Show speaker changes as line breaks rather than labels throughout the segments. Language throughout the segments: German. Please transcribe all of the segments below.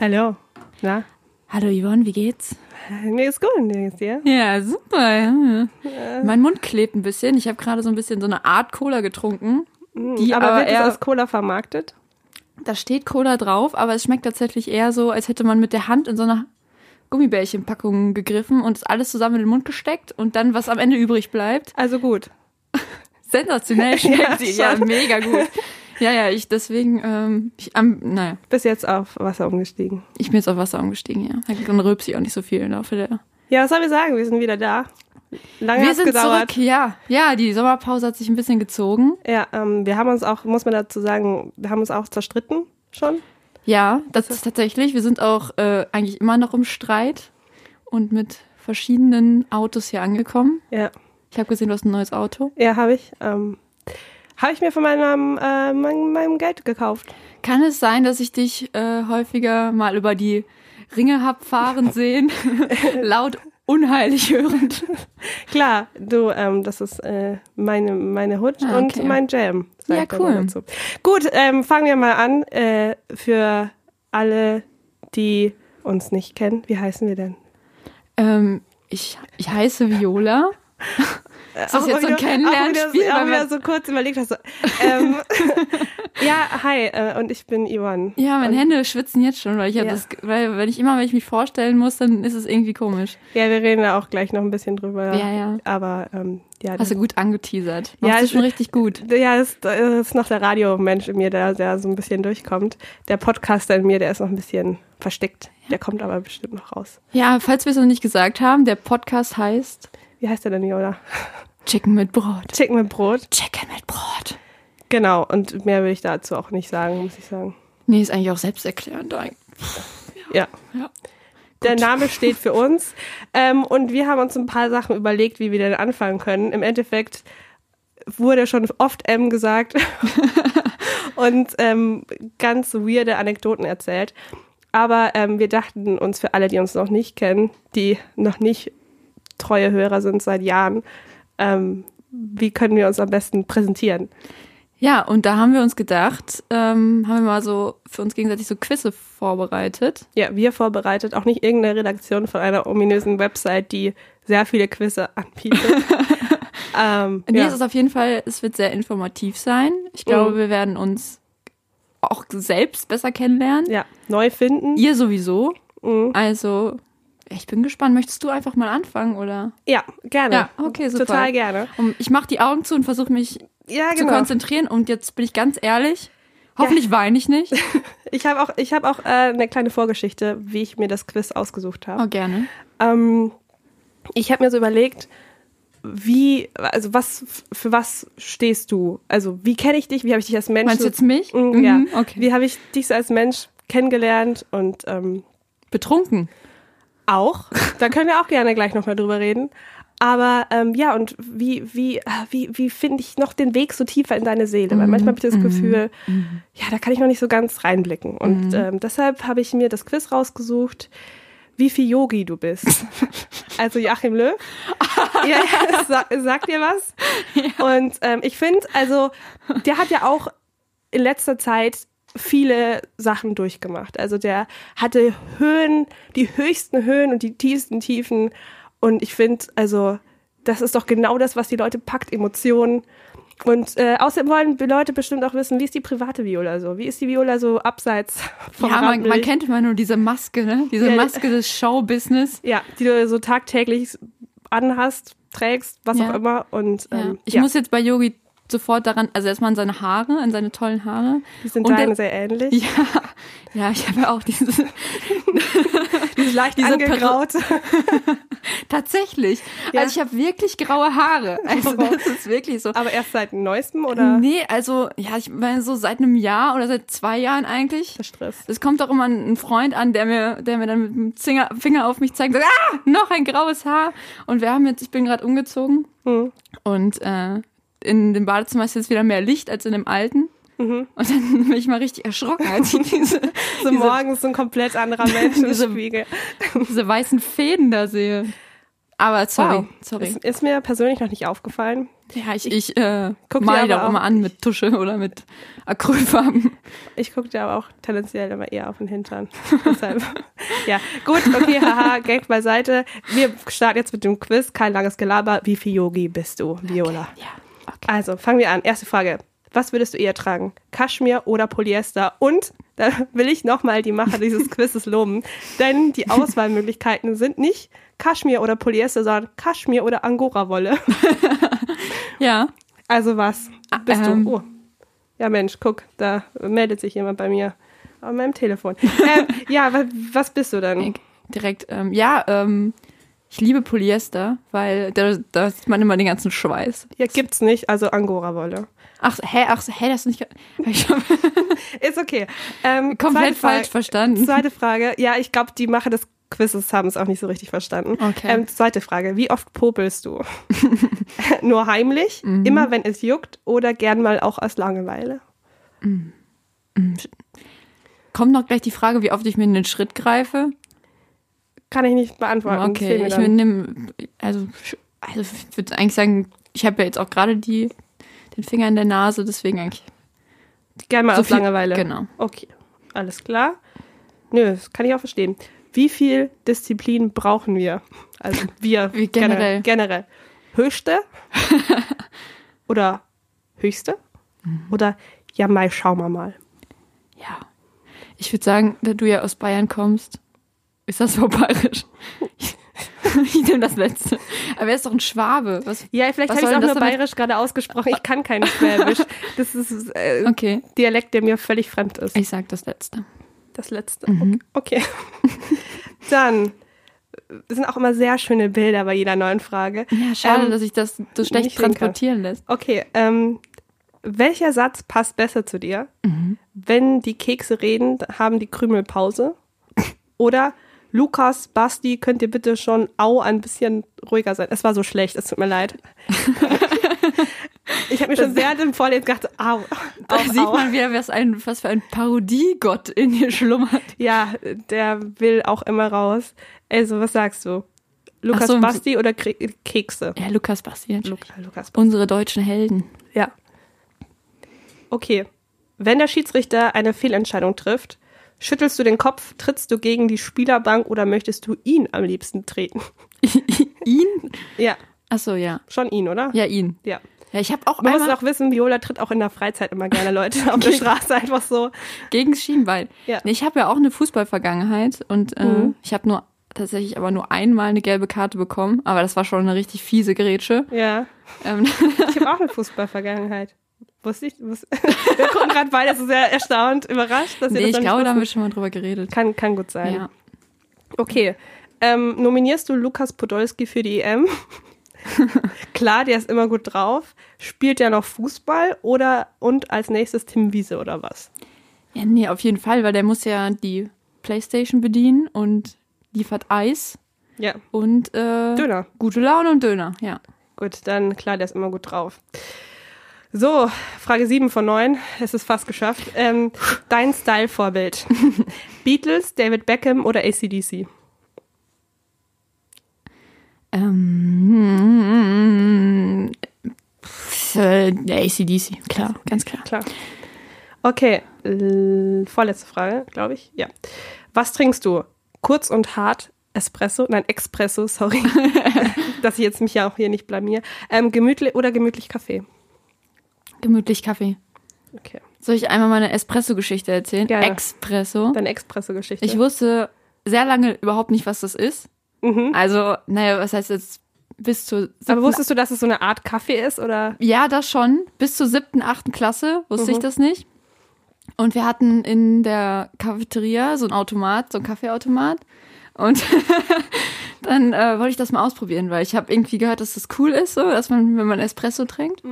Hallo. Na?
Hallo Yvonne, wie geht's?
Mir ist gut, mir geht's dir?
Ja, super. ja. Mein Mund klebt ein bisschen. Ich habe gerade so ein bisschen so eine Art Cola getrunken. Die
Hm. aber wird es
eher,
aus Cola vermarktet?
da steht Cola drauf, aber es schmeckt tatsächlich eher so, als hätte man mit der Hand in so einer Gummibärchenpackung gegriffen und es alles zusammen in den Mund gesteckt und dann, was am Ende übrig bleibt,
Also gut.
sensationell schmeckt
Ja,
sie. Ja,
schon.
mega gut. Ja, ja, ich deswegen, ähm, ich, am, naja,
Bis jetzt auf Wasser umgestiegen.
ich bin jetzt auf Wasser umgestiegen, ja. Dann rülps ich auch nicht so viel im Laufe der
Ja, was soll wir sagen? Wir sind wieder da. Lange
Wir
hat's
sind
gedauert.
zurück, ja. Ja, die Sommerpause hat sich ein bisschen gezogen.
Ja, ähm, wir haben uns auch, muss man dazu sagen, wir haben uns auch zerstritten schon.
Ja, das ist tatsächlich. Wir sind auch äh, eigentlich immer noch im Streit und mit verschiedenen Autos hier angekommen.
Ja,
Ich habe gesehen, du hast ein neues Auto.
ja, habe ich. Ähm, habe ich mir von meinem, äh, meinem, meinem Geld gekauft.
Kann es sein, dass ich dich äh, häufiger mal über die Ringe hab fahren sehen, laut unheilig hörend?
Klar, du, ähm, das ist äh, meine, meine Hut
Ah, okay.
und mein Jam. sag
Ja,
ich dann mal
cool.
dazu. Gut, ähm, fangen wir mal an. Äh, für alle, die uns nicht kennen, wie heißen wir denn?
Ähm, ich, ich heiße Viola. Ist das
Äh, Auch
jetzt so ein
wieder- Auch
Kennenlernspiel?
wieder, auch
weil
wieder
man-
so kurz überlegt hast. So, ähm, ja, hi, äh, und ich bin Iwan.
Ja, meine
und,
Hände schwitzen jetzt schon, weil ich ja.
Ja.
das, weil wenn ich immer, wenn ich mich vorstellen muss, dann ist es irgendwie komisch.
Ja, wir reden da auch gleich noch ein bisschen drüber.
Ja, ja.
Aber ähm, ja,
Hast du gut angeteasert.
Ja,
Machst du
es-
schon richtig gut.
Ja, das, das ist noch der Radiomensch in mir, der, der so ein bisschen durchkommt. Der Podcaster in mir, der ist noch ein bisschen versteckt. Der kommt aber bestimmt noch raus.
Ja, falls wir es noch nicht gesagt haben, der Podcast heißt
Wie heißt der denn, Jola?
Chicken mit Brot.
Chicken mit Brot.
Chicken mit Brot.
Genau, und mehr will ich dazu auch nicht sagen, muss ich sagen.
Nee, ist eigentlich auch selbsterklärend. eigentlich.
Ja.
Ja.
Der Name steht für uns. Ähm, und wir haben uns ein paar Sachen überlegt, wie wir denn anfangen können. Im Endeffekt wurde schon oft M gesagt und ähm, ganz weirde Anekdoten erzählt. Aber ähm, wir dachten uns für alle, die uns noch nicht kennen, die noch nicht treue Hörer sind seit Jahren, ähm, wie können wir uns am besten präsentieren?
Ja, und da haben wir uns gedacht, ähm, haben wir mal so für uns gegenseitig so Quizze vorbereitet.
Ja, wir vorbereitet, auch nicht irgendeine Redaktion von einer ominösen Website, die sehr viele Quizze anbietet. ähm,
Nee,
ja.
es ist auf jeden Fall, es wird sehr informativ sein. Ich glaube,
Mhm.
wir werden uns auch selbst besser kennenlernen.
ja, neu finden.
Ihr sowieso.
Mhm.
Also, ich bin gespannt. Möchtest du einfach mal anfangen, oder?
Ja, gerne.
Ja, okay, super.
Total gerne.
Um, ich mache die Augen zu und versuche mich
Ja,
zu
genau.
konzentrieren. Und jetzt bin ich ganz ehrlich. Hoffentlich weine ich nicht.
Ich habe auch, ich hab auch äh, eine kleine Vorgeschichte, wie ich mir das Quiz ausgesucht habe.
Oh, gerne.
Ähm, ich habe mir so überlegt, wie, also was, für was stehst du? Also wie kenne ich dich? Wie habe ich dich als Mensch?
Meinst du jetzt mich?
Mhm, ja.
Okay.
Wie habe ich dich so als Mensch kennengelernt und ähm,
Betrunken.
Auch. Da können wir auch gerne gleich nochmal drüber reden. Aber ähm, ja, und wie, wie, ah, wie, wie finde ich noch den Weg so tiefer in deine Seele? Weil manchmal habe ich das Gefühl, ja, da kann ich noch nicht so ganz reinblicken. Und ähm, deshalb habe ich mir das Quiz rausgesucht, wie viel Yogi du bist. also Joachim Löw. ja, ja, sa sagt dir was. Und ähm, ich finde, also, der hat ja auch in letzter Zeit viele Sachen durchgemacht. Also der hatte Höhen, die höchsten Höhen und die tiefsten Tiefen. Und ich finde, also das ist doch genau das, was die Leute packt, Emotionen. Und äh, außerdem wollen die Leute bestimmt auch wissen, wie ist die private Viola so? Wie ist die Viola so abseits vom
Ja, man, man
Rampenlicht?
kennt immer nur diese Maske, ne? Diese
Ja.
Maske des Showbusiness.
Ja, die du so tagtäglich anhast, trägst, was
Ja.
auch immer. Und
Ja.
ähm,
Ich
ja,
muss jetzt bei Yogi sofort daran, also erstmal an seine Haare, an seine tollen Haare.
die sind
und
deinen
der-
sehr ähnlich.
Ja, ja ich habe ja auch dieses,
Diese leicht
diese
angegraute.
tatsächlich.
Ja.
Also ich habe wirklich graue Haare. Also das ist wirklich so.
Aber erst seit neuestem oder
Nee, also, ja, ich meine, so seit einem Jahr oder seit zwei Jahren eigentlich.
Der Stress?
Es kommt doch immer ein Freund an, der mir, der mir dann mit dem Zinger, Finger auf mich zeigt und sagt, ah, noch ein graues Haar. Und wir haben jetzt, ich bin gerade umgezogen
Hm.
und äh, in dem Badezimmer ist jetzt wieder mehr Licht als in dem alten. Und dann bin ich mal richtig erschrocken, als ich diese,
Mhm. So
diese,
morgens ein komplett anderer Mensch im
diese-
Spiegel.
diese weißen Fäden da sehe. Aber sorry,
Wow.
sorry.
Ist, ist mir persönlich noch nicht aufgefallen.
Ja, ich, ich äh,
Guck die
male die
aber
doch
auch
immer an mit Tusche oder mit Acrylfarben.
Ich gucke dir aber auch tendenziell immer eher auf den Hintern. Deshalb. Ja, gut, okay, haha, Gag beiseite. Wir starten jetzt mit dem Quiz. Kein langes Gelaber. Wie viel Yogi bist du, Viola?
Ja, okay.
Also, fangen wir an. Erste Frage. Was würdest du eher tragen? Kaschmir oder Polyester? Und da will ich nochmal die Macher dieses Quizzes loben, denn die Auswahlmöglichkeiten sind nicht Kaschmir oder Polyester, sondern Kaschmir oder Angora-Wolle.
Ja.
Also was? Bist
ähm.
du? Oh. Ja, Mensch, guck, da meldet sich jemand bei mir an meinem Telefon. ähm, ja, was, was bist du denn?
Direkt, ähm, ja, ähm, ich liebe Polyester, weil da, da sieht man immer den ganzen Schweiß.
Ja, gibt's nicht, also Angora-Wolle.
Ach, hä, ach, hä, das ist nicht. ge- Hab ich schon
Ist okay. Ähm, zweite
komplett
Frage.
falsch verstanden.
Zweite Frage. Ja, ich glaube, die Macher des Quizzes haben es auch nicht so richtig verstanden.
Okay.
Ähm, zweite Frage. Wie oft popelst du? Nur heimlich,
Mhm.
immer wenn es juckt oder gern mal auch aus Langeweile?
Kommt noch gleich die Frage, wie oft ich mir in den Schritt greife.
Kann ich nicht beantworten. Das fehlt
Okay,
mir
ich
dann.
nehme, also, also ich würde eigentlich sagen, ich habe ja jetzt auch gerade die, den Finger in der Nase, deswegen eigentlich.
gern mal
so
aus
viel-
Langeweile.
genau.
Okay, alles klar. Nö, das kann ich auch verstehen. Wie viel Disziplin brauchen wir? Also wir
Wie generell.
generell. generell. Höchste oder höchste
Mhm.
oder ja mal schauen wir mal.
Ja. Ich würde sagen, da du ja aus Bayern kommst, ist das so bayerisch. Ich, ich nehme das letzte. Aber er ist doch ein Schwabe. Was?
Ja, vielleicht
Was
habe ich
soll
es auch
denn
nur
das damit-
bayerisch gerade ausgesprochen. Ich kann kein Schwäbisch. Das ist äh,
Okay,
Dialekt, der mir völlig fremd ist.
ich sag das letzte.
Das letzte. Okay. Dann es sind auch immer sehr schöne Bilder bei jeder neuen Frage.
Ja, schade,
Ähm,
dass ich das so
nicht
schlecht
sehen kann.
transportieren lässt.
Okay, ähm, welcher Satz passt besser zu dir? Wenn die Kekse reden, haben die Krümel Pause. Oder Lukas, Basti, könnt ihr bitte schon au ein bisschen ruhiger sein? Es war so schlecht, es tut mir leid. ich habe mir schon sehr im Vorlesen gedacht, au,
Da
au,
sieht
au.
man wieder, was, ein, was für ein Parodiegott in dir schlummert.
Ja, der will auch immer raus. Also, was sagst du? Lukas,
so, im-
Basti oder Kre Kekse?
Ja, Lukas Basti.
Lu- Lukas,
Unsere deutschen Helden.
Ja. Okay. Wenn der Schiedsrichter eine Fehlentscheidung trifft, schüttelst du den Kopf, trittst du gegen die Spielerbank oder möchtest du ihn am liebsten treten?
ihn?
Ja,
Achso, ja.
schon ihn, oder?
Ja, ihn.
Ja.
Ja, ich habe auch
Man muss
einmal
auch wissen, Viola tritt auch in der Freizeit immer gerne Leute auf der Straße einfach so.
gegen das Schienbein.
Ja. Mhm.
Nee, ich habe ja auch eine Fußballvergangenheit und äh, ich habe nur tatsächlich aber nur einmal eine gelbe Karte bekommen, aber das war schon eine richtig fiese Grätsche.
Ja.
Ähm,
Ich habe auch eine Fußballvergangenheit. Wusste ich? Wusste. Wir gucken gerade beide so sehr erstaunt, überrascht, dass ihr
nee,
das
ich
noch
glaube, da
nicht
haben wir
wussten.
schon mal drüber geredet.
Kann, kann gut sein.
Ja.
Okay. Ähm, nominierst du Lukas Podolski für die EM? Klar, der ist immer gut drauf. Spielt ja noch Fußball oder und als nächstes Tim Wiese oder was?
ja, nee, auf jeden Fall, weil der muss ja die Playstation bedienen und liefert Eis
Ja,
und äh,
Döner.
gute Laune und Döner, ja.
Gut, dann klar, der ist immer gut drauf. So, Frage 7 von 9. Es ist fast geschafft. Ähm, dein Style-Vorbild. Beatles, David Beckham oder ACDC?
Ähm, pff, äh, ACDC, klar, ganz klar.
Klar. Okay, l- vorletzte Frage, glaube ich. Ja. Was trinkst du? Kurz und hart Espresso? Nein, Espresso, sorry. Dass ich jetzt mich ja auch hier nicht blamier. Ähm, gemütlich oder gemütlich Kaffee?
Gemütlich Kaffee.
Okay,
Soll ich einmal meine Espresso-Geschichte erzählen?
Gerne.
Espresso.
deine Espresso-Geschichte.
Ich wusste sehr lange überhaupt nicht, was das ist.
Mhm.
Also, naja, was heißt jetzt bis zur
Aber
siebten-
wusstest du, dass es so eine Art Kaffee ist oder?
Ja, das schon. Bis zur siebten, achten Klasse wusste ich
Mhm.
das nicht. Und wir hatten in der Cafeteria so einen Automat, so einen Kaffeeautomat. Und dann äh, wollte ich das mal ausprobieren, weil ich habe irgendwie gehört, dass das cool ist, so, dass man, wenn man Espresso trinkt.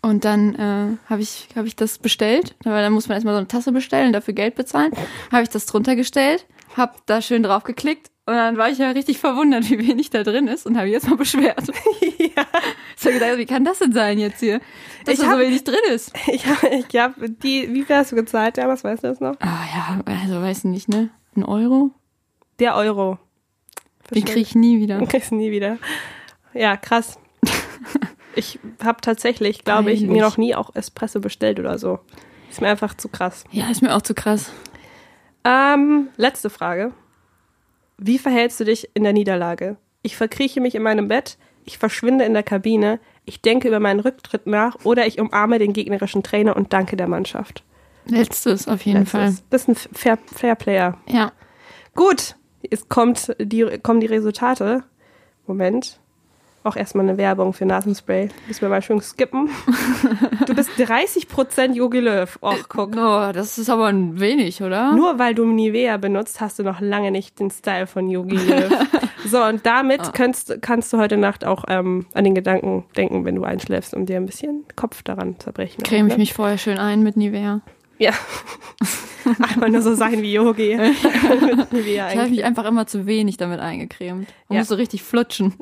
Und dann äh, habe ich, hab ich das bestellt, weil dann muss man erstmal so eine Tasse bestellen, dafür Geld bezahlen. Habe ich das drunter gestellt, habe da schön drauf geklickt und dann war ich ja richtig verwundert, wie wenig da drin ist und habe jetzt mal beschwert. Ich habe gedacht, wie kann das denn sein jetzt hier? Dass
Ich
da
hab- Äh.
so wenig drin ist.
Ich habe, ich hab die, wie viel hast du gezahlt damals, weißt du das noch?
Ah ja, also weiß nicht, ne? Ein Euro?
Der Euro.
Den krieg ich nie wieder.
Kriegst du nie wieder. Ja, krass. Ich habe tatsächlich, glaube ich,
Peinlich.
mir noch nie auch Espresso bestellt oder so. Ist mir einfach zu krass.
Ja, ist mir auch zu krass.
Ähm, letzte Frage. Wie verhältst du dich in der Niederlage? Ich verkrieche mich in meinem Bett, ich verschwinde in der Kabine, ich denke über meinen Rücktritt nach oder ich umarme den gegnerischen Trainer und danke der Mannschaft.
Letztes auf jeden Fall.
Das ist ein Fair, Fair Player.
Ja.
Gut, es kommt die, kommen die Resultate. Moment. Auch erstmal eine Werbung für Nasenspray. Müssen wir mal schön skippen. Du bist 30% Yogi Löw. Och, guck.
Oh, das ist aber ein wenig, oder?
Nur weil du Nivea benutzt, hast du noch lange nicht den Style von Yogi Löw. So, und damit kannst, kannst du heute Nacht auch ähm, an den Gedanken denken, wenn du einschläfst und dir ein bisschen Kopf daran zerbrechen.
Creme ich
Ne?
mich vorher schön ein mit Nivea.
Ja. Einmal nur so sein wie Yogi. Mit Nivea
Ich habe
eigentlich.
mich einfach immer zu wenig damit eingecremt. Man
Ja.
muss so richtig flutschen.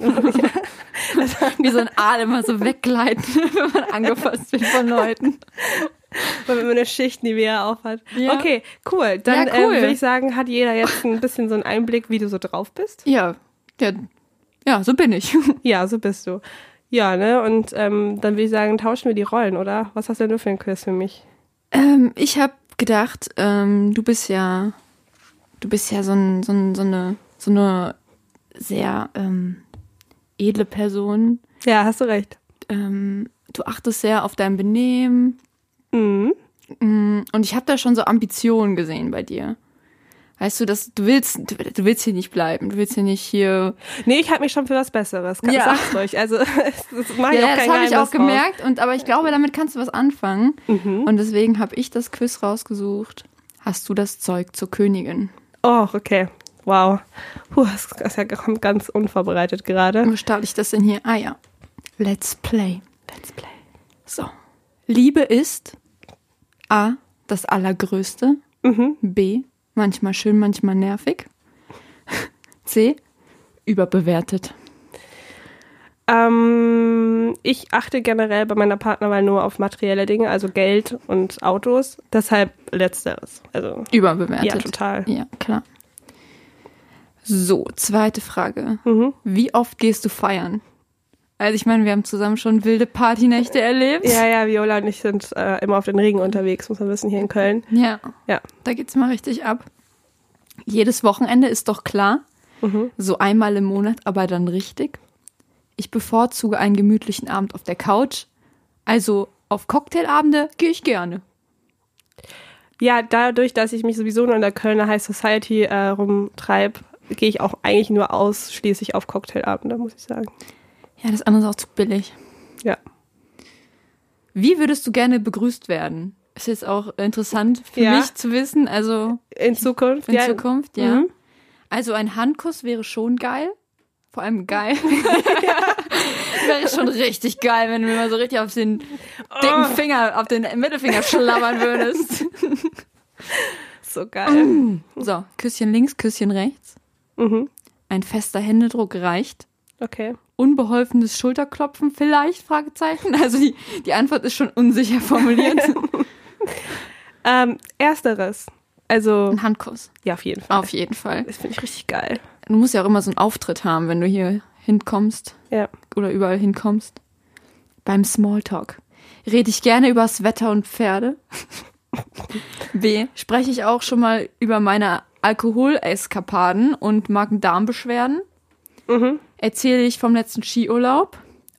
Wie so ein Aal immer so weggleiten, wenn man angefasst wird von Leuten.
Weil wenn man eine Schicht Nivea aufhat.
Ja.
Okay, cool. Dann
Ja, cool.
äh, würde ich sagen, hat jeder jetzt ein bisschen so einen Einblick, wie du so drauf bist.
Ja, ja, ja so bin ich.
Ja, so bist du. Ja, ne? Und ähm, dann würde ich sagen, tauschen wir die Rollen, oder? Was hast denn du für einen Quiz für mich?
Ähm, ich habe gedacht, ähm, du bist ja, du bist ja so, ein, so, ein, so eine, so eine sehr ähm, edle Person.
Ja, hast du recht.
Ähm, du achtest sehr auf dein Benehmen
Mhm.
Mm, und ich habe da schon so Ambitionen gesehen bei dir. Weißt du, dass du willst, du, du willst hier nicht bleiben, du willst hier nicht hier.
Nee, ich halte mich schon für was Besseres. Kann,
Ja.
Sag's ruhig. Also, das mache ich auch kein
das habe ich auch
Geheimnis raus.
gemerkt. Und aber ich glaube, damit kannst du was anfangen.
Mhm.
Und deswegen habe ich das Quiz rausgesucht. Hast du das Zeug zur Königin?
Oh, okay. Wow. Puh, das ist ja ganz unvorbereitet gerade.
Wo starte ich das denn hier? Ah ja. Let's play.
Let's play.
So. Liebe ist A. Das Allergrößte.
Mhm.
B. Manchmal schön, manchmal nervig. C. Überbewertet.
Ähm, ich achte generell bei meiner Partnerwahl nur auf materielle Dinge, also Geld und Autos. Deshalb letzteres. Also ja,
Überbewertet.
total.
Ja, klar. So, zweite Frage.
Mhm.
Wie oft gehst du feiern? Also ich meine, wir haben zusammen schon wilde Partynächte erlebt.
Ja, ja, Viola und ich sind äh, immer auf den Regen unterwegs, muss man wissen, hier in Köln.
Ja,
Ja.
da geht's mal richtig ab. Jedes Wochenende ist doch klar. So einmal im Monat, aber dann richtig. Ich bevorzuge einen gemütlichen Abend auf der Couch. Also auf Cocktailabende gehe ich gerne.
Ja, dadurch, dass ich mich sowieso nur in der Kölner High Society äh, rumtreibe, gehe ich auch eigentlich nur ausschließlich auf Cocktailabende, muss ich sagen.
Ja, das andere ist auch zu billig.
Ja.
Wie würdest du gerne begrüßt werden? Ist jetzt auch interessant für
Ja.
mich zu wissen. Also
In Zukunft?
in
ja.
Zukunft, ja.
Mhm.
Also ein Handkuss wäre schon geil. Vor allem geil. wäre schon richtig geil, wenn du mir mal so richtig auf den dicken Finger, auf den Mittelfinger schlabbern würdest.
So
Mm.
geil.
So, Küsschen links, Küsschen rechts.
Mhm.
Ein fester Händedruck reicht.
Okay.
Unbeholfenes Schulterklopfen vielleicht? Fragezeichen. Also die, die Antwort ist schon unsicher formuliert.
Ähm, ersteres. Also,
Ein Handkuss.
ja, auf jeden Fall.
Auf jeden Fall.
Das finde ich richtig geil.
Du musst ja auch immer so einen Auftritt haben, wenn du hier hinkommst.
Ja.
oder überall hinkommst. Beim Smalltalk rede ich gerne über das Wetter und Pferde. B. Spreche ich auch schon mal über meine Alkoholeskapaden und Magen-Darm-Beschwerden? Erzähle ich vom letzten Skiurlaub?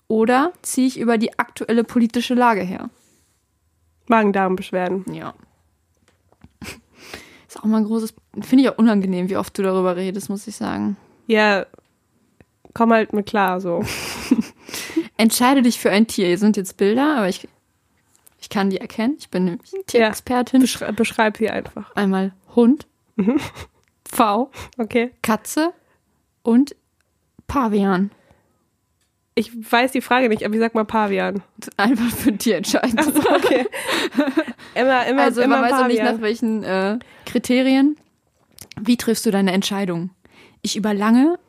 Oder ziehe ich über die aktuelle politische Lage her?
Magen-Darm-Beschwerden.
Ja. Ist auch mal ein großes. Finde ich auch unangenehm, wie oft du darüber redest, muss ich sagen.
Ja, komm halt mit klar, so.
Entscheide dich für ein Tier. Hier sind jetzt Bilder, aber ich, ich kann die erkennen. Ich bin nämlich Tierexpertin.
Beschrei beschreib sie einfach.
Einmal Hund, Pfau,
Okay.
Katze und Pavian.
Ich weiß die Frage nicht, aber ich sag mal Pavian.
Einfach für ein Tier entscheiden.
Okay. immer, immer,
also
immer
man weiß auch nicht
Pavian.
nach welchen äh, Kriterien. Wie triffst du deine Entscheidung? Ich überlange,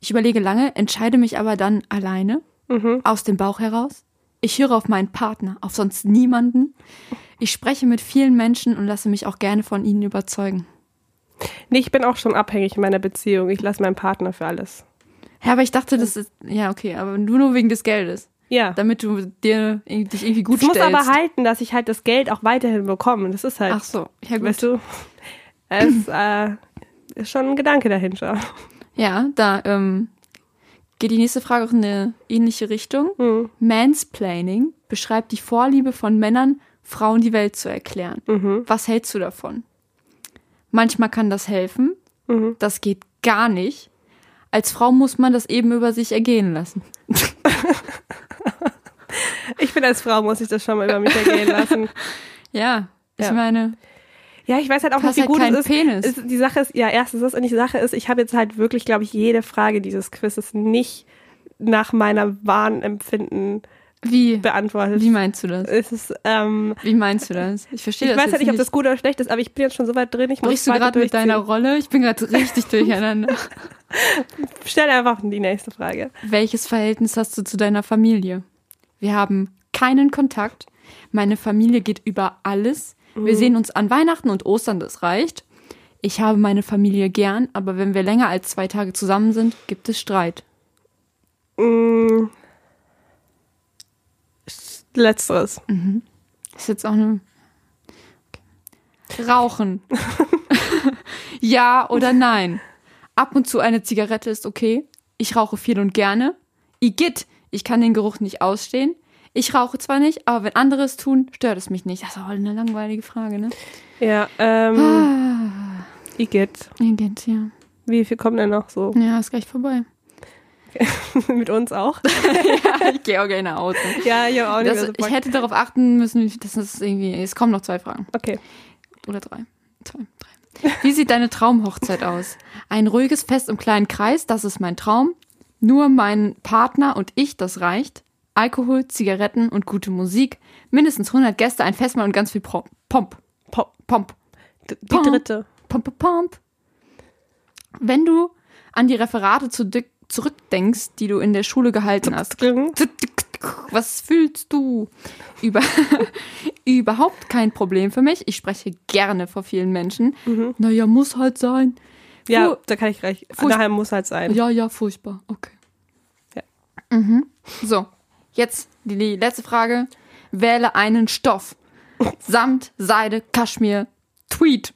ich überlege lange, entscheide mich aber dann alleine,
Mhm.
aus dem Bauch heraus. Ich höre auf meinen Partner, auf sonst niemanden. Ich spreche mit vielen Menschen und lasse mich auch gerne von ihnen überzeugen.
nee, ich bin auch schon abhängig in meiner Beziehung. Ich lasse meinen Partner für alles.
Ja, aber ich dachte, das ist. Ja, okay, aber nur, nur wegen des Geldes.
Ja.
damit du dir irgendwie- dich irgendwie gut
Ich muss
stellst.
aber halten, dass ich halt das Geld auch weiterhin bekomme. Das ist halt,
Ach so, ja gut.
weißt du, es äh, ist schon ein Gedanke dahinter.
Ja, da ähm, geht die nächste Frage auch in eine ähnliche Richtung.
Hm.
Mansplaining beschreibt die Vorliebe von Männern, Frauen die Welt zu erklären.
Hm. Mhm.
Was hältst du davon? Manchmal kann das helfen,
Mhm.
das geht gar nicht. Als Frau muss man das eben über sich ergehen lassen.
Ich bin als Frau, muss ich das schon mal über mich ergehen lassen.
Ja, ich
Ja.
meine,
Ja, ich weiß halt auch
Du hast
nicht, wie
halt
gut
keinen
es ist.
Penis.
ist. Die Sache ist, ja, erstens das und die Sache ist, ich habe jetzt halt wirklich, glaube ich, jede Frage dieses Quizzes nicht nach meiner wahren Empfinden
wie,
beantwortet.
wie meinst du das?
es ist, ähm,
Wie meinst du das? Ich
ich
verstehe das
weiß halt
jetzt
nicht, ob das gut oder schlecht ist, aber ich bin jetzt schon so weit drin, ich muss
Brichst du
weiter
gerade mit deiner
durchziehen.
Rolle? Ich bin gerade richtig durcheinander.
Stell einfach die nächste Frage.
Welches Verhältnis hast du zu deiner Familie? Wir haben keinen Kontakt. Meine Familie geht über alles.
Mhm.
Wir sehen uns an Weihnachten und Ostern, das reicht. Ich habe meine Familie gern, aber wenn wir länger als zwei Tage zusammen sind, gibt es Streit.
Mm. Letzteres.
Ist jetzt auch eine. Okay. Rauchen. ja oder nein? Ab und zu eine Zigarette ist okay. Ich rauche viel und gerne. Igitt, ich kann den Geruch nicht ausstehen. Ich rauche zwar nicht, aber wenn andere es tun, stört es mich nicht. Das ist auch eine langweilige Frage, ne?
Ja,
Ah.
ähm,
Mhm.
Igitt.
Igitt, ja.
Wie viel kommen denn noch so?
Ja, ist gleich vorbei.
mit uns auch?
ich gehe auch gerne aus.
Ja, ich habe auch nicht
Das,
mehr
ich
so Bock.
hätte darauf achten müssen, wie- das ist irgendwie. Es kommen noch zwei Fragen.
Okay.
Oder drei. Zwei, drei. Wie sieht deine Traumhochzeit aus? Ein ruhiges Fest im kleinen Kreis, das ist mein Traum. Nur mein Partner und ich, das reicht. Alkohol, Zigaretten und gute Musik. Mindestens 100 Gäste, ein Festmahl und ganz viel Prom Pomp.
Pop.
Pomp.
D- Die
Pom.
dritte.
Pomp, pomp, pomp. Wenn du an die Referate zu dick- zurückdenkst, die du in der Schule gehalten hast, was fühlst du? Über, überhaupt kein Problem für mich. Ich spreche gerne vor vielen Menschen. Naja, muss halt sein.
Ja,
Fu-
da kann ich gleich.
Fuß-
Nachher muss halt sein.
Ja, ja, furchtbar. Okay.
Ja.
Mhm. So, jetzt die, die letzte Frage. Wähle einen Stoff. Samt, Seide, Kaschmir, Tweet.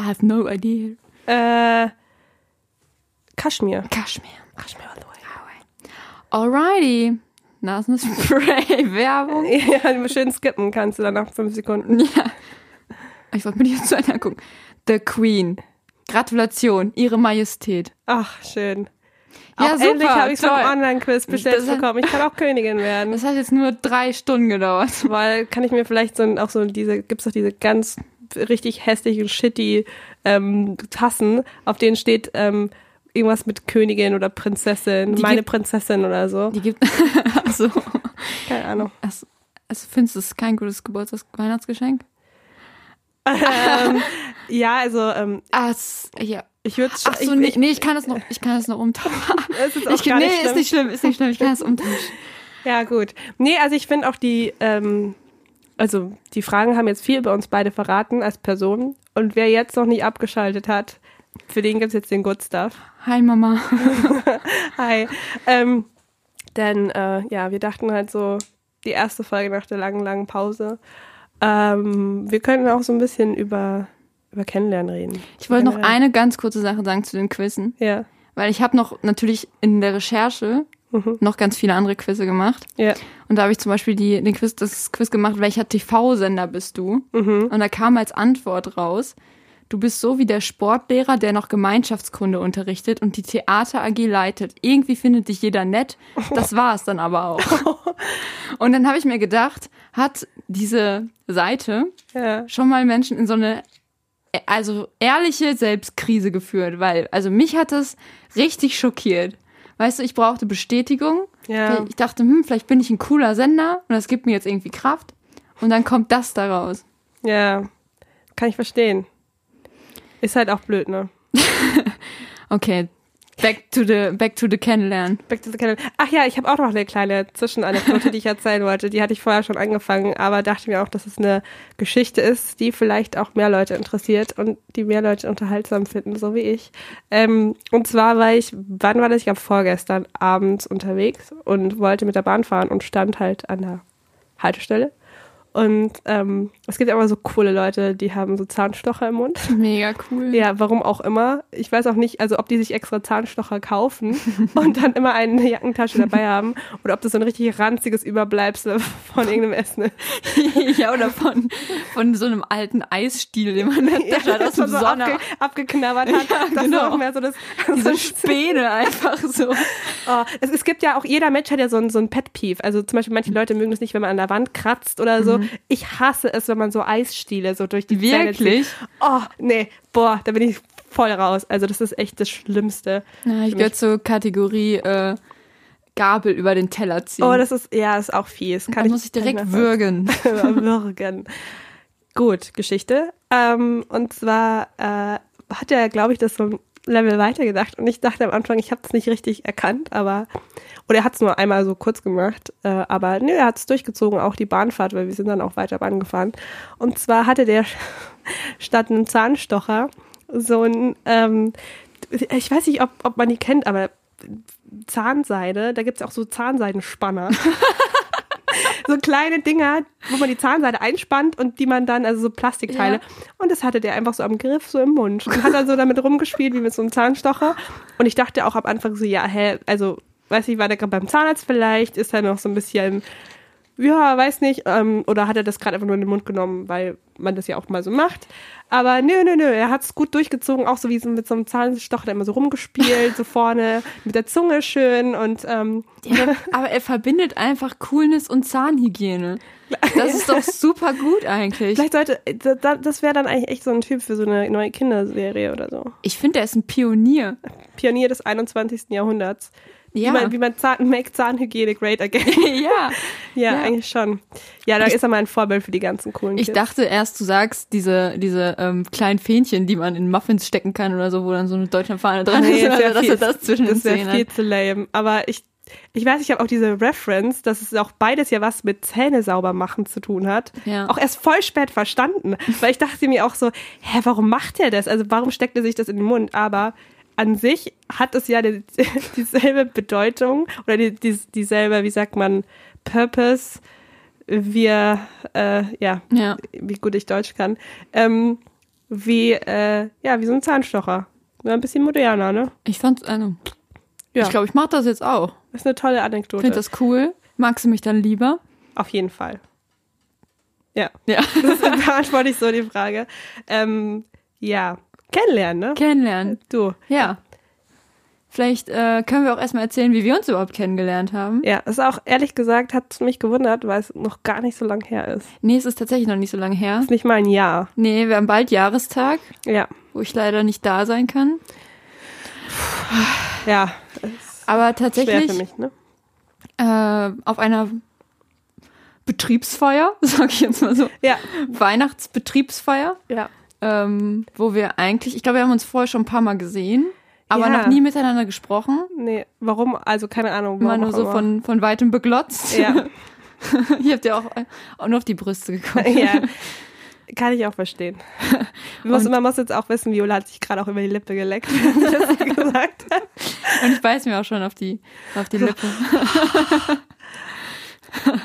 I have no idea.
Äh, Kaschmir.
Kaschmir.
Kaschmir all the way.
Ah, Alrighty. Nasenspray, Werbung.
Ja, schön skippen kannst du dann nach fünf Sekunden.
Ich wollte mir die jetzt zu Ende angucken. The Queen. Gratulation, Ihre Majestät.
Ach, schön. auch
Ja, super,
Endlich habe ich so
toll.
einen Online-Quiz bestellt
Das hat-
bekommen. Ich kann auch Königin werden.
Das hat jetzt nur drei Stunden gedauert.
Weil kann ich mir vielleicht so ein, auch so diese, gibt's doch diese ganz richtig hässlichen, shitty ähm, Tassen, auf denen steht ähm, irgendwas mit Königin oder Prinzessin,
Die
meine
gibt-
Prinzessin oder so.
Die gibt. also,
Keine Ahnung.
also, also findest du es kein gutes Geburtstags-Weihnachtsgeschenk?
ähm, ja, also ähm,
Ah, es- ja.
ich würde
Ach so,
ich,
nee, nee, ich kann das noch, ich kann das noch umtauschen.
es ist auch
Ich, nee,
gar nicht schlimm.
ist nicht schlimm, ist nicht schlimm, ich kann das umtauschen.
Ja, gut. Nee, also ich finde auch die, ähm, also die Fragen haben jetzt viel über uns beide verraten als Personen. Und wer jetzt noch nicht abgeschaltet hat, für den gibt's jetzt den Good Stuff.
Hi Mama.
Hi. Ähm, denn äh, ja, wir dachten halt so, die erste Folge nach der langen, langen Pause. Ähm, wir könnten auch so ein bisschen über, über Kennenlernen reden.
Ich wollte noch
Generell.
eine ganz kurze Sache sagen zu den Quizzen.
Ja,
Weil ich habe noch natürlich in der Recherche noch ganz viele andere Quizze gemacht.
ja.
Und da habe ich zum Beispiel die, den Quiz, das Quiz gemacht, welcher TV-Sender bist du? Und da kam als Antwort raus, du bist so wie der Sportlehrer, der noch Gemeinschaftskunde unterrichtet und die Theater AG leitet. Irgendwie findet dich jeder nett. Das war es dann aber auch. Und dann habe ich mir gedacht, hat diese Seite
ja.
schon mal Menschen in so eine äh, also ehrliche Selbstkrise geführt, weil also mich hat das richtig schockiert. Weißt du, ich brauchte Bestätigung.
Ja.
Ich dachte, hm, vielleicht bin ich ein cooler Sender und das gibt mir jetzt irgendwie Kraft und dann kommt das daraus.
Ja, kann ich verstehen. Ist halt auch blöd, ne?
Okay, Back to the, back to the Kennenlernen.
Back to the Kennel. Ach ja, ich habe auch noch eine kleine Zwischenanekdote, die ich erzählen wollte. Die hatte ich vorher schon angefangen, aber dachte mir auch, dass es eine Geschichte ist, die vielleicht auch mehr Leute interessiert und die mehr Leute unterhaltsam finden, so wie ich. Ähm, und zwar war ich, wann war das? Ich glaube vorgestern abends unterwegs und wollte mit der Bahn fahren und stand halt an der Haltestelle. Und ähm, es gibt aber so coole Leute, die haben so Zahnstocher im Mund.
Mega cool.
Ja, warum auch immer. Ich weiß auch nicht, also ob die sich extra Zahnstocher kaufen und dann immer eine Jackentasche dabei haben oder ob das so ein richtig ranziges Überbleibsel von irgendeinem Essen ist.
ja, oder von, von so einem alten Eisstiel, den man in der Stadt aus dem
man so
Sonne.
abge abgeknabbert hat.
Ja,
das
genau.
war auch mehr so das.
Diese Späne einfach so.
Oh, es, es gibt ja auch, jeder Mensch hat ja so ein, so ein Pet-Peeve. Also zum Beispiel manche Leute mögen das nicht, wenn man an der Wand kratzt oder so.
Mhm.
Ich hasse es, wenn man so Eisstiele so durch die Zähne zieht.
Wirklich?
Oh, nee, boah, da bin ich voll raus. Also das ist echt das Schlimmste.
Na, ich
Für
gehöre zur Kategorie äh, Gabel über den Teller ziehen.
Oh, das ist, ja, ist auch fies. Kann
Dann
ich,
muss ich
kann
direkt
mir
würgen.
würgen. Gut, Geschichte. Ähm, und zwar äh, hat er, glaube ich, das so ein Level weitergedacht. Und ich dachte am Anfang, ich habe es nicht richtig erkannt, aber. Oder er hat es nur einmal so kurz gemacht. Äh, aber nö, er hat es durchgezogen, auch die Bahnfahrt, weil wir sind dann auch weiter Bahn gefahren. Und zwar hatte der statt einem Zahnstocher so ein. Ähm, ich weiß nicht, ob, ob man die kennt, aber Zahnseide, da gibt es auch so Zahnseidenspanner so kleine Dinger, wo man die Zahnseide einspannt und die man dann, also so Plastikteile.
Ja.
Und das hatte der einfach so am Griff, so im Mund. Und hat dann so damit rumgespielt, wie mit so einem Zahnstocher. Und ich dachte auch am Anfang so, ja, hä, also, weiß nicht, war der gerade beim Zahnarzt vielleicht? Ist er noch so ein bisschen, ja, weiß nicht. Ähm, oder hat er das gerade einfach nur in den Mund genommen, weil man das ja auch mal so macht. Aber nö, nö, nö, er hat es gut durchgezogen, auch so wie so mit so einem Zahnstocher da immer so rumgespielt, so vorne mit der Zunge schön und ähm,
Aber er verbindet einfach Coolness und Zahnhygiene. Das ist doch super gut eigentlich.
Vielleicht sollte, äh, da- da- das wäre dann eigentlich echt so ein Typ für so eine neue Kinderserie oder so.
Ich finde, er ist ein Pionier.
Pionier des 21. Jahrhunderts.
Ja.
Wie man, wie man Zahn, make Zahnhygiene great again.
ja.
ja,
Ja.
eigentlich schon. Ja, da ist er mal ein Vorbild für die ganzen coolen
Ich
Kids.
dachte erst, du sagst diese, diese ähm, kleinen Fähnchen, die man in Muffins stecken kann oder so, wo dann so eine deutsche Fahne dran
Nee,
ist,
das wär
also, dass
viel-
er das zwischen den
das
Zähnen
wäre viel
hat.
zu lame. Aber ich, ich weiß, ich habe auch diese Reference, dass es auch beides ja was mit Zähne sauber machen zu tun hat.
Ja.
Auch erst voll spät verstanden. Weil ich dachte mir auch so, hä, warum macht er das? Also warum steckt er sich das in den Mund? Aber an sich hat es ja die, dieselbe Bedeutung oder die, die, dieselbe, wie sagt man, Purpose. Wir, äh, ja,
Ja.
wie gut ich Deutsch kann, ähm, wie, äh, ja, wie so ein Zahnstocher. Nur ein bisschen moderner, ne?
Ich fand's, also,
Ja.
ich glaube, ich mache das jetzt auch.
Das ist eine tolle
Ich finde
Anekdote.
das cool. Magst du mich dann lieber?
Auf jeden Fall. Ja,
Ja.
das beantworte ich so die Frage. Ähm, ja, kennenlernen, ne?
Kennenlernen.
Du.
Ja. Vielleicht äh, können wir auch erstmal erzählen, wie wir uns überhaupt kennengelernt haben.
Ja, ist auch ehrlich gesagt, hat mich gewundert, weil es noch gar nicht so lang her ist.
Nee, es ist tatsächlich noch nicht so lange her.
Ist nicht mal ein Jahr.
Nee, wir haben bald Jahrestag,
Ja,
wo ich leider nicht da sein kann.
ja.
Aber
Schwer für
tatsächlich
mich, ne?
äh, auf einer Betriebsfeier, sag ich jetzt mal so,
Ja,
Weihnachtsbetriebsfeier,
ja.
ähm, wo wir eigentlich, ich glaube, wir haben uns vorher schon ein paar Mal gesehen,
Ja.
aber noch nie miteinander gesprochen.
Nee, warum? Also keine Ahnung.
Immer
Warum
nur
auch
so
immer.
von, von weitem beglotzt.
Ja,
Ihr habt ja auch, auch nur auf die Brüste geguckt.
ja. Kann ich auch verstehen. Man muss,
Und-
man muss jetzt auch wissen, Viola hat sich gerade auch über die Lippe geleckt, wenn sie das gesagt hat.
Und ich beiß mir auch schon auf die, auf die Lippe.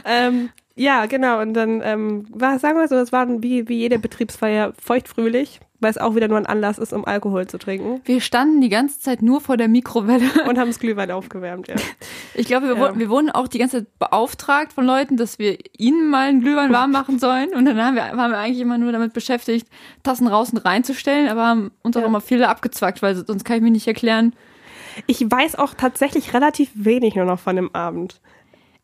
ähm, ja, genau. Und dann ähm, war, sagen wir so, das war wie, wie jede Betriebsfeier feuchtfröhlich, weil es auch wieder nur ein Anlass ist, um Alkohol zu trinken.
Wir standen die ganze Zeit nur vor der Mikrowelle.
Und haben es Glühwein aufgewärmt, ja.
Ich glaube, wir,
Ja.
wurden, wir wurden auch die ganze Zeit beauftragt von Leuten, dass wir ihnen mal einen Glühwein warm machen sollen. Und dann haben wir, waren wir eigentlich immer nur damit beschäftigt, Tassen raus und reinzustellen, aber haben uns auch
Ja.
immer viele abgezwackt, weil sonst kann ich mir nicht erklären.
Ich weiß auch tatsächlich relativ wenig nur noch von dem Abend.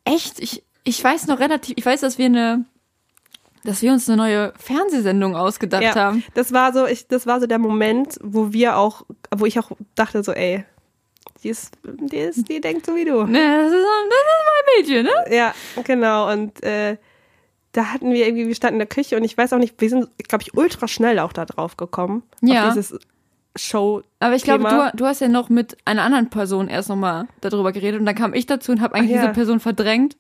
Echt? Ich, ich weiß noch relativ, ich weiß, dass wir eine, dass wir uns eine neue Fernsehsendung ausgedacht haben.
Das war so, ich, das war so der Moment, wo wir auch, wo ich auch dachte so, ey, die ist, die ist, die denkt so wie du.
Ne, Das ist, das ist mein Mädchen, ne?
Ja, genau. Und äh, da hatten wir irgendwie, wir standen in der Küche und ich weiß auch nicht, wir sind, glaube ich, ultra schnell auch da drauf gekommen.
Ja.
Auf dieses Show.
Aber ich glaube,
Thema.
du, du hast ja noch mit einer anderen Person erst nochmal darüber geredet und dann kam ich dazu und habe eigentlich
ja.
diese Person verdrängt,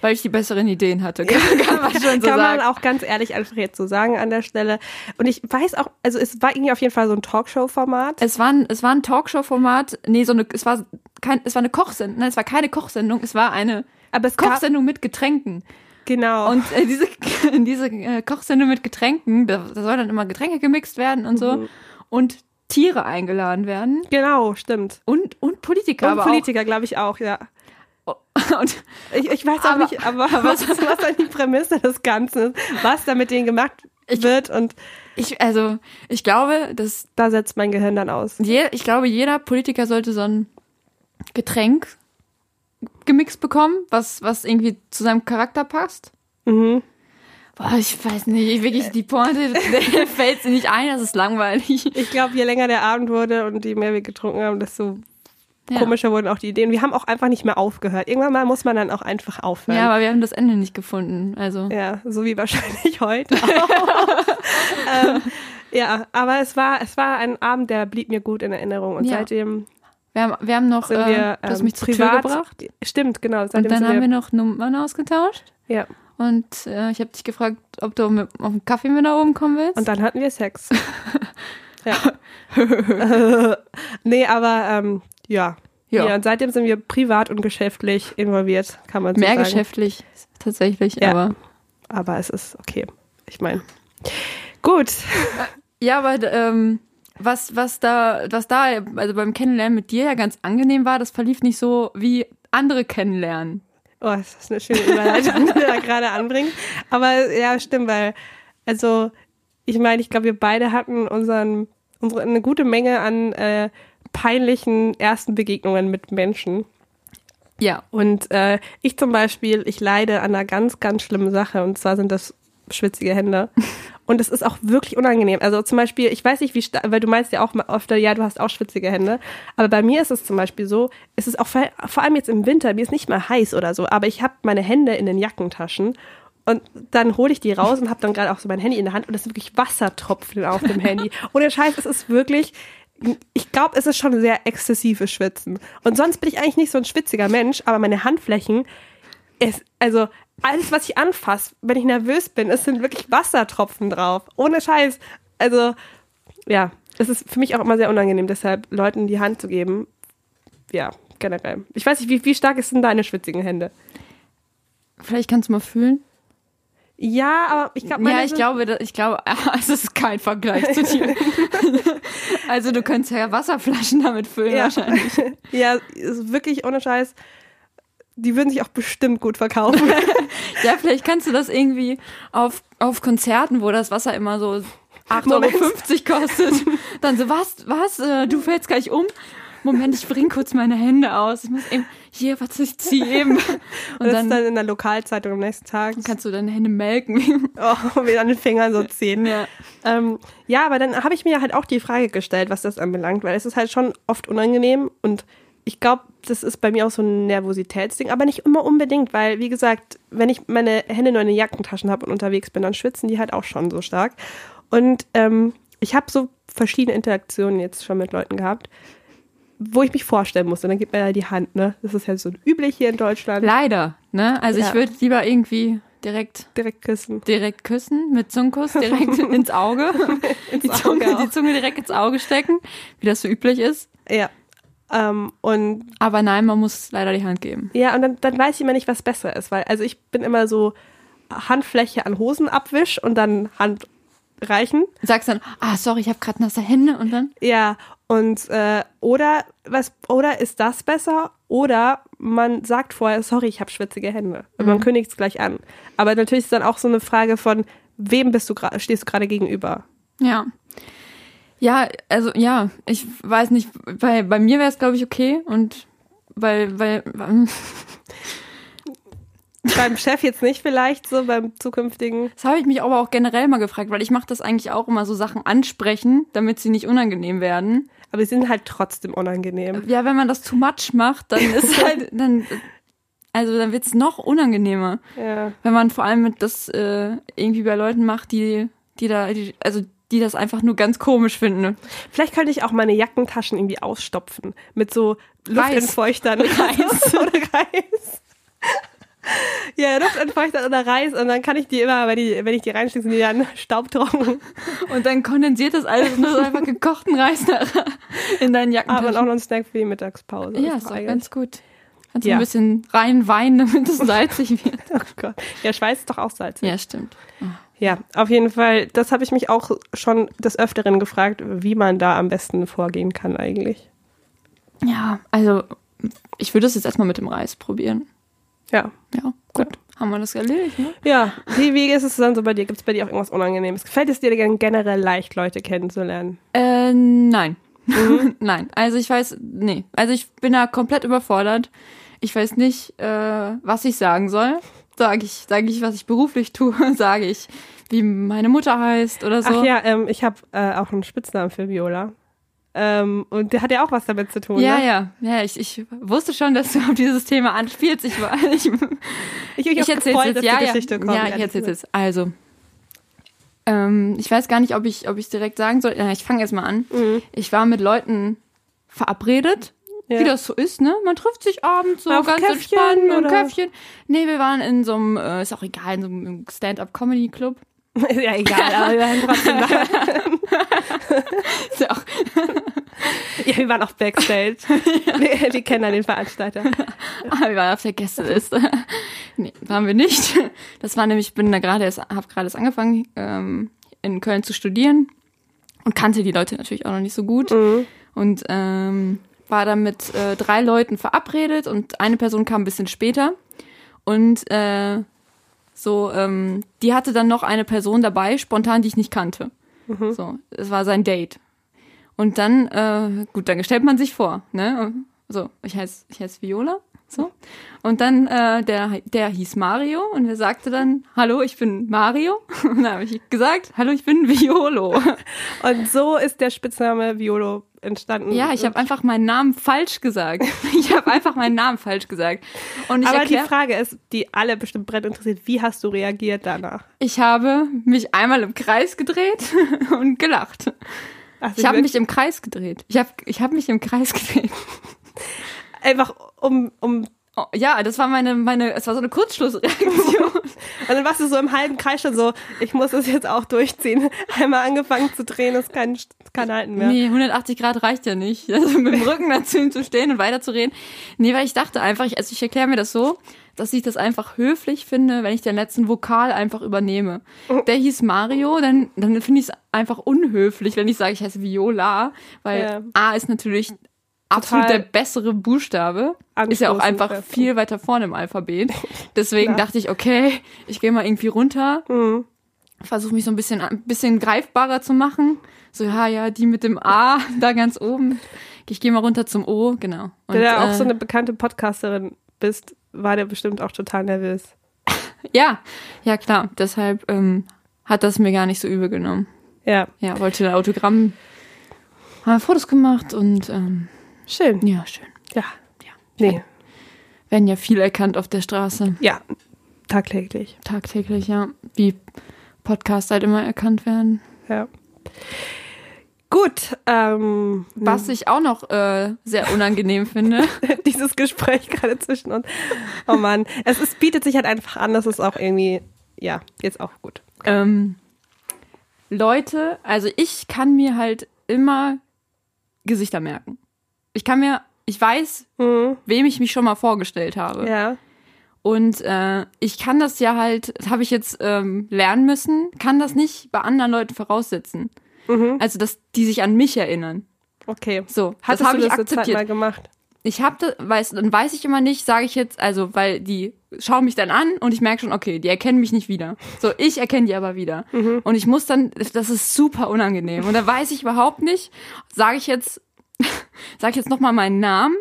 weil ich die besseren Ideen hatte. Kann, kann man schon so
Kann man
sagen.
auch ganz ehrlich einfach jetzt so sagen an der Stelle. Und ich weiß auch, also es war irgendwie auf jeden Fall so ein Talkshow-Format.
Es war ein, es war ein Talkshow-Format, nee, so eine, es war kein, es war eine Kochsendung, nein, es war keine Kochsendung, es war eine
Aber es gab,
Kochsendung mit Getränken.
genau.
Und äh, diese, diese äh, Kochsendung mit Getränken, da, da soll dann immer Getränke gemixt werden und so.
Mhm.
Und Tiere eingeladen werden.
genau, stimmt.
Und, und Politiker.
Und
aber
Politiker, glaube ich auch, ja.
Auch. Und,
Ich, ich weiß auch
Aber-
nicht, aber was, ist, was dann die Prämisse des Ganzen ist, was da mit denen gemacht wird und
ich, also, ich glaube, dass
da setzt mein Gehirn dann aus.
je, ich glaube, jeder Politiker sollte so ein Getränk gemixt bekommen, was, was irgendwie zu seinem Charakter passt.
Mhm. Äh.
Boah, ich weiß nicht, ich, wirklich, die Pointe der fällt sie nicht ein, das ist langweilig.
Ich glaube, je länger der Abend wurde und je mehr wir getrunken haben, desto
Ja.
komischer wurden auch die Ideen. Wir haben auch einfach nicht mehr aufgehört. Irgendwann mal muss man dann auch einfach aufhören.
Ja, aber wir haben das Ende nicht gefunden, also.
Ja, so wie wahrscheinlich heute auch. ähm, ja, aber es war, es war ein Abend, der blieb mir gut in Erinnerung. Und
Ja.
seitdem
Wir haben, wir haben noch,
sind
äh,
wir
du hast
ähm,
mich zur
privat,
Tür gebracht.
Stimmt, genau. Seitdem
Und dann
sind
haben wir noch Nummern ausgetauscht.
ja.
Und äh, ich habe dich gefragt, ob du mit, auf einen Kaffee mit nach oben kommen willst.
Und dann hatten wir Sex. ja. nee, aber ähm, ja.
Ja.
und seitdem sind wir privat und geschäftlich involviert, kann man so
Mehr
sagen.
geschäftlich tatsächlich,
Ja.
aber.
Aber es ist okay. Ich meine. Gut.
Ja, aber ähm, was, was da, was da, also beim Kennenlernen mit dir ja ganz angenehm war, das verlief nicht so wie andere kennenlernen.
Oh, das ist eine schöne Überleitung, die du da gerade anbringst. Aber ja, stimmt, weil, also, ich meine, ich glaube, wir beide hatten unseren, unsere, eine gute Menge an äh, peinlichen ersten Begegnungen mit Menschen.
Ja.
Und äh, ich zum Beispiel, ich leide an einer ganz, ganz schlimmen Sache und zwar sind das schwitzige Hände. Und es ist auch wirklich unangenehm. Also zum Beispiel, ich weiß nicht, wie, sta- weil du meinst ja auch mal öfter, ja, du hast auch schwitzige Hände. Aber bei mir ist es zum Beispiel so, es ist auch vor vor allem jetzt im Winter, mir ist nicht mal heiß oder so, aber ich habe meine Hände in den Jackentaschen und dann hole ich die raus und habe dann gerade auch so mein Handy in der Hand und es ist wirklich Wassertropfen auf dem Handy. Ohne Scheiß, es ist wirklich, ich glaube, es ist schon sehr exzessives Schwitzen. Und sonst bin ich eigentlich nicht so ein schwitziger Mensch, aber meine Handflächen, es, also alles, was ich anfasse, wenn ich nervös bin, es sind wirklich Wassertropfen drauf. Ohne Scheiß. Also, ja, es ist für mich auch immer sehr unangenehm, deshalb Leuten die Hand zu geben. Ja, generell. Ich weiß nicht, wie, wie stark sind deine schwitzigen Hände?
Vielleicht kannst du mal fühlen.
Ja, aber ich glaube,
ja, ich glaube, da- ich glaube, es ist kein Vergleich zu dir. also du könntest ja Wasserflaschen damit füllen
Ja.
wahrscheinlich.
Ja, ist wirklich ohne Scheiß. Die würden sich auch bestimmt gut verkaufen.
Ja, vielleicht kannst du das irgendwie auf, auf Konzerten, wo das Wasser immer so
Moment.
8,50 Euro kostet. Dann so, was, was, äh, du fällst gleich um. Moment, ich bring kurz meine Hände aus. Ich muss eben, hier, was ich ziehe eben. Und
Und das ist
dann
dann in der Lokalzeitung am nächsten Tag.
kannst du deine Hände melken.
Oh, mit an den Fingern so zehn.
ja.
Ähm, ja, aber dann habe ich mir halt auch die Frage gestellt, was das anbelangt, weil es ist halt schon oft unangenehm und ich glaube, das ist bei mir auch so ein Nervositätsding, aber nicht immer unbedingt, weil, wie gesagt, wenn ich meine Hände nur in den Jackentaschen habe und unterwegs bin, dann schwitzen die halt auch schon so stark. Und ähm, ich habe so verschiedene Interaktionen jetzt schon mit Leuten gehabt, wo ich mich vorstellen musste. Dann gibt mir ja die Hand, ne? Das ist ja so üblich hier in Deutschland.
Leider, ne? Also
Ja.
ich würde lieber irgendwie direkt
Direkt küssen.
direkt küssen, mit Zungenkuss direkt ins Auge. die, Zunge,
Auge auch.
die Zunge direkt ins Auge stecken, wie das so üblich ist.
Ja. Ähm, und
Aber nein, man muss leider die Hand geben.
Ja, und dann, dann weiß ich immer nicht, was besser ist, weil also ich bin immer so Handfläche an Hosenabwisch und dann Hand reichen.
sagst dann, ah, sorry, ich habe gerade nasse Hände und dann.
Ja, und äh, oder was oder ist das besser? Oder man sagt vorher, sorry, ich habe schwitzige Hände. Und man kündigt es gleich an. Aber natürlich ist dann auch so eine Frage von, wem bist du gra- stehst du gerade gegenüber?
Ja. Ja, also ja, ich weiß nicht, bei, bei mir wäre es, glaube ich, okay. Und weil, weil, ähm,
beim Chef jetzt nicht vielleicht, so beim zukünftigen.
das habe ich mich aber auch generell mal gefragt, weil ich mache das eigentlich auch immer so Sachen ansprechen, damit sie nicht unangenehm werden.
Aber sie sind halt trotzdem unangenehm.
Ja, wenn man das too much macht, dann ist halt, dann, also dann wird's noch unangenehmer.
Ja.
Wenn man vor allem mit das äh, irgendwie bei Leuten macht, die, die da, die, also die das einfach nur ganz komisch finden.
Vielleicht könnte ich auch meine Jackentaschen irgendwie ausstopfen mit so Luftentfeuchtern Reis. oder Reis. Ja, Luftentfeuchter oder Reis und dann kann ich die immer, wenn, die, wenn ich die reinschicke, sind die dann staubtrocken.
Und dann kondensiert das alles und du hast einfach gekochten Reis nachher in deinen
Aber
Jackentaschen.
auch noch ein Snack für die Mittagspause.
ja,
Das
ist
war
doch
eigentlich-
ganz gut. Kannst
Ja.
ein bisschen rein weinen, damit es salzig wird.
Oh Gott. Ja, Schweiß ist doch auch Salz.
Ja, stimmt.
Ja, auf jeden Fall, das habe ich mich auch schon des Öfteren gefragt, wie man da am besten vorgehen kann eigentlich.
Ja, also ich würde es jetzt erstmal mit dem Reis probieren.
Ja.
Ja, gut. Haben wir das erledigt, ne?
Ja, wie, wie ist es dann so bei dir? Gibt es bei dir auch irgendwas Unangenehmes? Gefällt es dir denn generell leicht, Leute kennenzulernen?
Äh, nein. nein. Also ich weiß, nee. Also ich bin da komplett überfordert. Ich weiß nicht, äh, was ich sagen soll. Sage ich, sage ich, was ich beruflich tue, sage ich, wie meine Mutter heißt oder so.
Ach ja, ähm, ich habe äh, auch einen Spitznamen für Viola. Ähm, und der hat ja auch was damit zu tun.
Ja,
ne?
ja, ja, ich, ich wusste schon, dass du auf dieses Thema anspielst. Ich war, ich,
Ich, ich,
ich
ich
erzähl's
gefreut,
jetzt.
dass
Ja,
die
ja,
Geschichte kommt.
ja, ich erzähl's jetzt. Also, ähm, ich weiß gar nicht, ob ich, ob ich direkt sagen soll. Na, ich fange jetzt mal an.
Mhm.
Ich war mit Leuten verabredet.
Ja.
Wie das so ist, ne? Man trifft sich abends so
Auf
ganz
Käffchen
entspannt mit einem
oder-
Köpfchen. Nee, wir waren in so einem, äh, ist auch egal, in so einem Stand-up-Comedy-Club.
ja, egal, aber wir waren trotzdem da.
Ist ja auch
Ja, wir waren auch Backstage. wir, wir kennen da den Veranstalter.
Ah, wir waren auf der Gästeliste. nee, waren wir nicht. Das war nämlich, ich bin da gerade erst, habe gerade erst angefangen, ähm, in Köln zu studieren und kannte die Leute natürlich auch noch nicht so gut.
Mhm.
Und ähm, war dann mit äh, drei Leuten verabredet und eine Person kam ein bisschen später. Und äh, so, ähm, die hatte dann noch eine Person dabei, spontan, die ich nicht kannte. So, es war sein Date. Und dann, äh, gut, dann stellt man sich vor, ne? So, ich heiße ich heiß Viola, so. Und dann, äh, der, der hieß Mario und er sagte dann, hallo, ich bin Mario. Und dann habe ich gesagt, hallo, ich bin Violo.
Und so ist der Spitzname Violo entstanden.
Ja, ich habe einfach meinen Namen falsch gesagt. Ich habe einfach meinen Namen falsch gesagt. Und ich
Aber
erklär-
die Frage ist, die alle bestimmt brett interessiert, wie hast du reagiert danach?
ich habe mich einmal im Kreis gedreht und gelacht.
Also
Ich habe
wir-
mich im Kreis gedreht. Ich habe ich hab mich im Kreis gedreht.
einfach um, um. Und
Oh, ja, das war meine, meine, es war so eine Kurzschlussreaktion.
dann warst du so im halben Kreis schon so, ich muss das jetzt auch durchziehen. Einmal angefangen zu drehen, das kann, das kann halten mehr.
Nee, 180 Grad reicht ja nicht. Also mit dem Rücken dazu hinzustehen und weiterzureden. Nee, weil ich dachte einfach, ich, also ich erkläre mir das so, dass ich das einfach höflich finde, wenn ich den letzten Vokal einfach übernehme.
Oh.
Der hieß Mario, dann, dann finde ich es einfach unhöflich, wenn ich sage, ich heiße Viola, weil
Ja.
A ist natürlich absolut
Total
der bessere Buchstabe. Ist ja auch
anstoßend,
einfach
ja.
viel weiter vorne im Alphabet. Deswegen dachte ich, okay, ich gehe mal irgendwie runter versuche mich so ein bisschen, ein bisschen greifbarer zu machen. So, ja, ja, die mit dem A da ganz oben. Ich gehe mal runter zum O, genau. Und,
Wenn du auch
äh,
so eine bekannte Podcasterin bist, war der bestimmt auch total nervös.
ja, ja, klar. Deshalb ähm, hat das mir gar nicht so übel genommen.
Ja,
Ja, wollte ein Autogramm. Haben wir Fotos gemacht und ähm,
schön.
ja, schön.
Ja. Nee,
Werden ja viel erkannt auf der Straße.
ja, tagtäglich.
Tagtäglich, ja. Wie Podcasts halt immer erkannt werden.
Ja. Gut, ähm,
Was ich auch noch äh, sehr unangenehm finde.
dieses Gespräch gerade zwischen uns. Oh Mann, es ist, bietet sich halt einfach an, das ist auch irgendwie, ja, jetzt auch gut.
Ähm, Leute, also ich kann mir halt immer Gesichter merken. Ich kann mir, ich weiß, wem ich mich schon mal vorgestellt habe.
Mhm. Ja.
Und äh, ich kann das ja halt, das habe ich jetzt ähm, lernen müssen, kann das nicht bei anderen Leuten voraussetzen.
Mhm.
Also, dass die sich an mich erinnern.
Okay.
So,
Hattest
das habe
du
ich
das jetzt halt
akzeptiert
mal gemacht?
ich habe das, weiß, dann weiß ich immer nicht, sage ich jetzt, also, weil die schauen mich dann an und ich merke schon, okay, die erkennen mich nicht wieder. So, ich erkenne die aber wieder. Und ich muss dann, das ist super unangenehm. Und da weiß ich überhaupt nicht, sage ich jetzt, sage ich jetzt nochmal meinen Namen,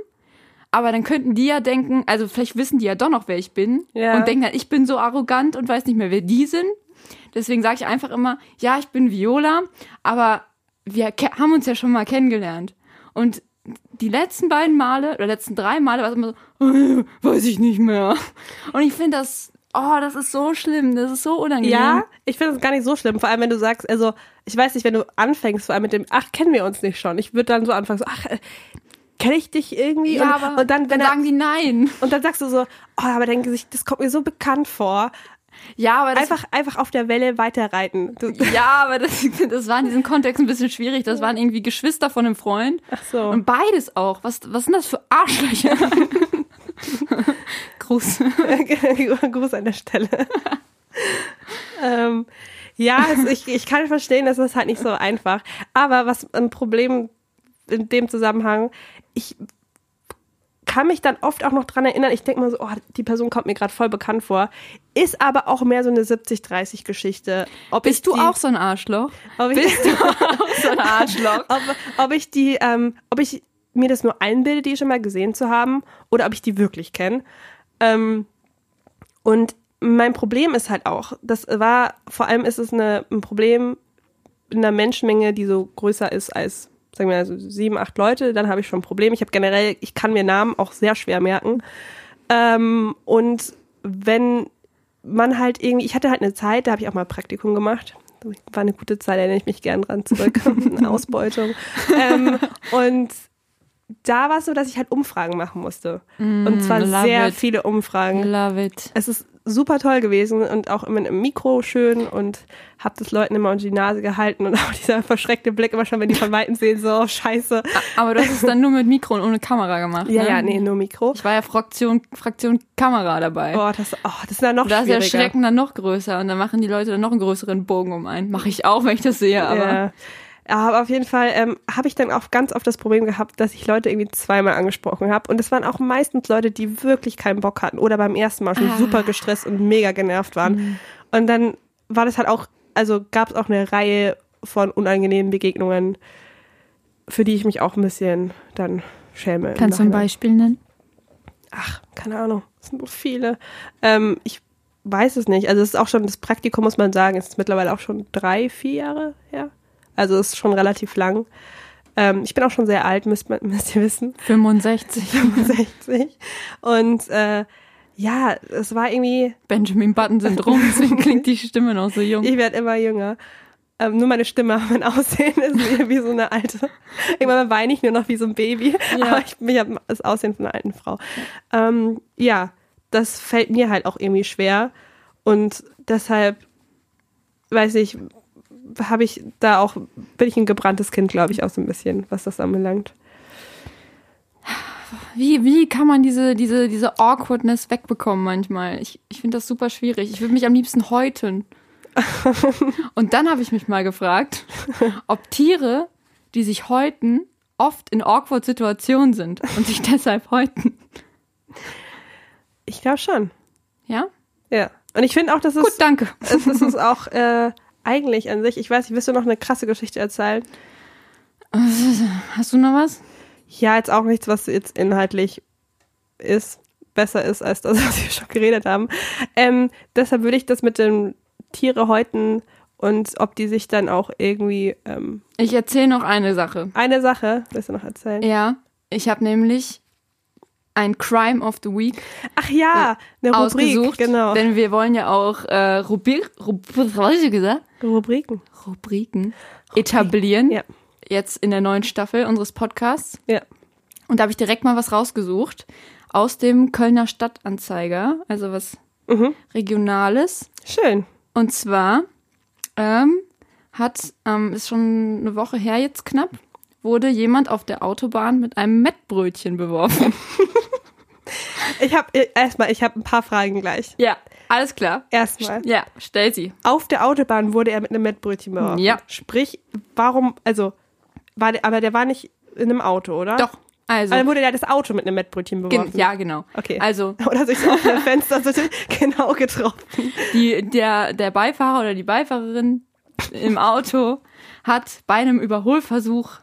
aber dann könnten die ja denken, also vielleicht wissen die ja doch noch, wer ich bin
Ja.
und denken dann, ich bin so arrogant und weiß nicht mehr, wer die sind. Deswegen sage ich einfach immer, ja, ich bin Viola, aber wir ke- haben uns ja schon mal kennengelernt. Und die letzten beiden Male oder letzten drei Male war es immer so, äh, weiß ich nicht mehr. Und ich finde das oh, das ist so schlimm, das ist so unangenehm.
Ja, ich finde es gar nicht so schlimm. Vor allem, wenn du sagst, also, ich weiß nicht, wenn du anfängst, vor allem mit dem, ach, kennen wir uns nicht schon. Ich würde dann so anfangen, so, ach, äh, kenne ich dich irgendwie?
Ja,
und,
aber
und dann, wenn
dann
er,
sagen die nein.
und dann sagst du so, oh, aber dein Gesicht, das kommt mir so bekannt vor.
Ja, aber das,
Einfach, einfach auf der Welle weiterreiten. Du,
Also ja, aber das, das war in diesem Kontext ein bisschen schwierig. Das waren irgendwie Geschwister von einem Freund.
ach so.
Und beides auch. Was, was sind das für Arschlöcher? Gruß.
Gruß an der Stelle. ähm, ja, es, ich, ich kann verstehen, das ist halt nicht so einfach. Aber was ein Problem in dem Zusammenhang, ich kann mich dann oft auch noch dran erinnern, ich denke mal so, oh, die Person kommt mir gerade voll bekannt vor, ist aber auch mehr so eine 70-30-Geschichte. Ob ich
Bist du
die-
auch so ein Arschloch?
ob ich,
Bist du auch so ein Arschloch?
ob, ob ich die, ähm, ob ich mir das nur einbilde, die schon mal gesehen zu haben, oder ob ich die wirklich kenne. Ähm, und mein Problem ist halt auch, das war, vor allem ist es eine, ein Problem in einer Menschenmenge, die so größer ist als, sagen wir mal, so sieben, acht Leute, dann habe ich schon ein Problem. Ich habe generell, ich kann mir Namen auch sehr schwer merken. Ähm, und wenn man halt irgendwie, ich hatte halt eine Zeit, da habe ich auch mal Praktikum gemacht. War eine gute Zeit, erinnere ich mich gern dran zurück. eine Ausbeutung. ähm, und da war es so, dass ich halt Umfragen machen musste. und zwar
love
sehr
it.
viele Umfragen
Love it.
es ist super toll gewesen und auch immer im Mikro schön und hab das Leuten immer unter die Nase gehalten und auch dieser verschreckte Blick immer schon, wenn die von Weitem sehen, so, oh, scheiße.
Aber du hast es dann nur mit Mikro und ohne Kamera gemacht.
Ja,
ne?
ja, nee, nur Mikro.
Ich war ja Fraktion, Fraktion Kamera dabei.
Oh, das, oh, das ist ja noch
Da ist der
schwieriger.
Schrecken dann noch größer und dann machen die Leute dann noch einen größeren Bogen um einen. Mache ich auch, wenn ich das sehe, aber.
Ja. Aber auf jeden Fall ähm, habe ich dann auch ganz oft das Problem gehabt, dass ich Leute irgendwie zweimal angesprochen habe. Und es waren auch meistens Leute, die wirklich keinen Bock hatten oder beim ersten Mal schon
Ah.
super gestresst und mega genervt waren. Und dann war das halt auch, also gab es auch eine Reihe von unangenehmen Begegnungen, für die ich mich auch ein bisschen dann schäme. im Nachhinein.
Beispiel nennen?
Ach, keine Ahnung, es sind so viele. Ähm, ich weiß es nicht. Also es ist auch schon, das Praktikum muss man sagen, ist mittlerweile auch schon drei, vier Jahre her. Also es ist schon relativ lang. Ähm, ich bin auch schon sehr alt, müsst, man, müsst ihr wissen,
65.
60. Und äh, ja, es war irgendwie,
Benjamin Button-Syndrom, deswegen klingt die Stimme noch so jung.
ich werde immer jünger. Ähm, nur meine Stimme, aber mein Aussehen ist wie, wie so eine alte. Irgendwann weine ich nur noch wie so ein Baby,
Ja.
aber ich, ich habe das Aussehen von einer alten Frau. Ähm, ja, das fällt mir halt auch irgendwie schwer und deshalb, weiß ich, habe ich da auch, bin ich ein gebranntes Kind, glaube ich, auch so ein bisschen, was das anbelangt.
Wie, wie kann man diese, diese, diese Awkwardness wegbekommen manchmal? Ich, ich finde das super schwierig. Ich würde mich am liebsten häuten. Und dann habe ich mich mal gefragt, ob Tiere, die sich häuten, oft in awkward Situationen sind und sich deshalb häuten.
Ich glaube schon,
Ja?
ja. Und ich finde auch, dass
Gut,
es,
danke.
es, es ist auch äh, eigentlich an sich, ich weiß, ich wirst du noch eine krasse Geschichte erzählen.
Hast du noch was?
Ja, jetzt auch nichts, was jetzt inhaltlich ist, besser ist als das, was wir schon geredet haben. Ähm, deshalb würde ich das mit den Tiere häuten und ob die sich dann auch irgendwie ähm,
Ich erzähle noch eine Sache.
eine Sache, willst du noch erzählen?
Ja, ich habe nämlich ein Crime of the Week
Ach ja, eine Rubrik,
ausgesucht.
genau.
Denn wir wollen ja auch äh, Rubrik, Rub, was hab ich gesagt?
Rubriken.
Rubriken etablieren.
Ja.
Jetzt in der neuen Staffel unseres Podcasts.
Ja.
Und da habe ich direkt mal was rausgesucht aus dem Kölner Stadtanzeiger, also was
Mhm.
Regionales.
Schön.
Und zwar ähm, hat, ähm, ist schon eine Woche her jetzt knapp, wurde jemand auf der Autobahn mit einem Mettbrötchen beworfen.
Ich habe erstmal, ich habe ein paar Fragen gleich.
ja, alles klar.
Erstmal.
Ja, stell sie.
Auf der Autobahn wurde er mit einem Mettbrötchen beworfen.
Ja.
Sprich, warum, also, war der, aber der war nicht in einem Auto, oder?
Doch. Also,
Aber dann wurde ja das Auto mit einem Mettbrötchen
gen
Ah. beworfen.
ja, genau.
Okay.
Also,
Oder sich so auf dem Fenster so genau getroffen.
die, der, der Beifahrer oder die Beifahrerin im Auto hat bei einem Überholversuch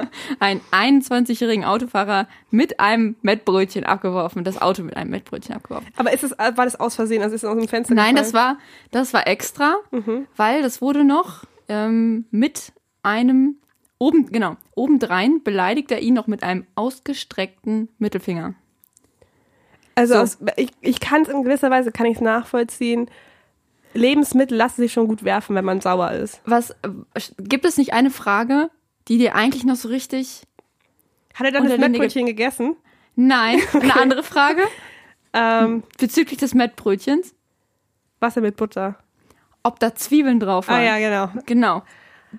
einen 21-jährigen Autofahrer mit einem Mettbrötchen abgeworfen, das Auto mit einem Mettbrötchen abgeworfen.
Aber ist es, war das aus Versehen? Also ist es aus dem Fenster
Nein, das
gefallen?
war, das war extra, weil das wurde noch ähm, mit einem, oben, genau, obendrein beleidigt er ihn noch mit einem ausgestreckten Mittelfinger.
Also
So.
aus, ich, ich kann es in gewisser Weise, kann ich es nachvollziehen. Lebensmittel lassen sich schon gut werfen, wenn man sauer ist.
Was äh, gibt es nicht eine Frage, die dir eigentlich noch so richtig?
Hat er dann
Und
das
der Linde
Mettbrötchen gegessen?
Nein, eine andere Frage
Ähm,
bezüglich des Mettbrötchens,
Wasser mit Butter.
ob da Zwiebeln drauf waren.
Ah ja, genau.
Genau.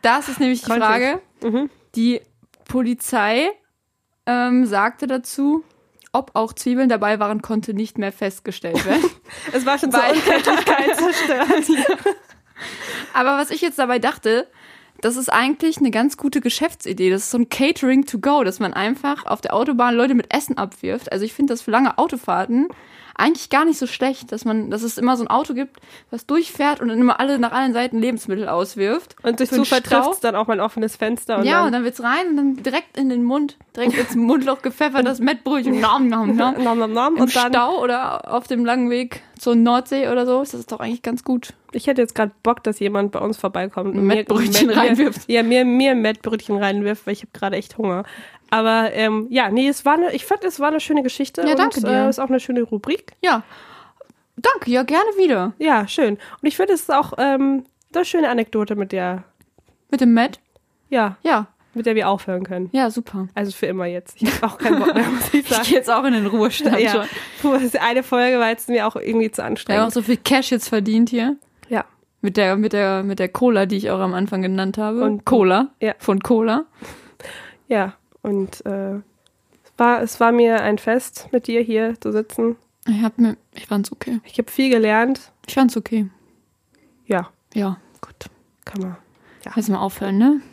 Das ist nämlich die
Konnte Mhm.
Frage. Die Polizei ähm, sagte dazu, ob auch Zwiebeln dabei waren, konnte nicht mehr festgestellt werden.
Es war schon zur
Weil-
Unkenntlichkeit zerstört.
Aber was ich jetzt dabei dachte, das ist eigentlich eine ganz gute Geschäftsidee. Das ist so ein Catering to go, dass man einfach auf der Autobahn Leute mit Essen abwirft. Also ich finde das für lange Autofahrten eigentlich gar nicht so schlecht, dass man, dass es immer so ein Auto gibt, was durchfährt und dann immer alle nach allen Seiten Lebensmittel auswirft.
Und durch
Für einen
Zufall
Stau.
trifft es dann auch mein offenes Fenster. Und
Ja, und
dann,
dann wird's rein und dann direkt in den Mund, direkt ins Mundloch gepfeffert, das Mettbrötchen. Nom, nom, nom.
nom, nom, nom,
Im
und dann
Stau oder auf dem langen Weg zur Nordsee oder so, ist das doch eigentlich ganz gut.
Ich hätte jetzt gerade Bock, dass jemand bei uns vorbeikommt
Ein
mir-
Mettbrötchen
mir-
reinwirft.
Ja, mir, mir ein Mettbrötchen reinwirft, weil ich habe gerade echt Hunger. Aber ähm, ja, nee, es war eine, ich fand, es war eine schöne Geschichte.
Ja,
und,
danke dir.
Äh, ist auch eine schöne Rubrik.
Ja. Danke, ja, gerne wieder.
Ja, schön. Und ich finde, es ist auch ähm, eine schöne Anekdote, mit der,
Mit dem Matt?
ja,
Ja.
mit der wir aufhören können.
Ja, super.
Also für immer jetzt. Ich habe auch keinen Bock mehr, muss ich
Ich
sagen.
gehe jetzt auch in den Ruhestand ja.
Ja,
schon.
Puh, das ist eine Folge war jetzt mir auch irgendwie zu
Wir haben auch
anstrengend.
so viel Cash jetzt verdient hier.
Ja.
Mit der, mit der, mit der Cola, die ich auch am Anfang genannt habe.
Und-
Cola.
Ja.
Von Cola.
Ja, und äh, es, war, es war mir ein Fest, mit dir hier zu sitzen.
Ich hab mir, ich fand's okay.
Ich habe viel gelernt.
Ich fand's okay.
Ja,
Ja, gut.
kann man.
Jetzt mal aufhören, ne?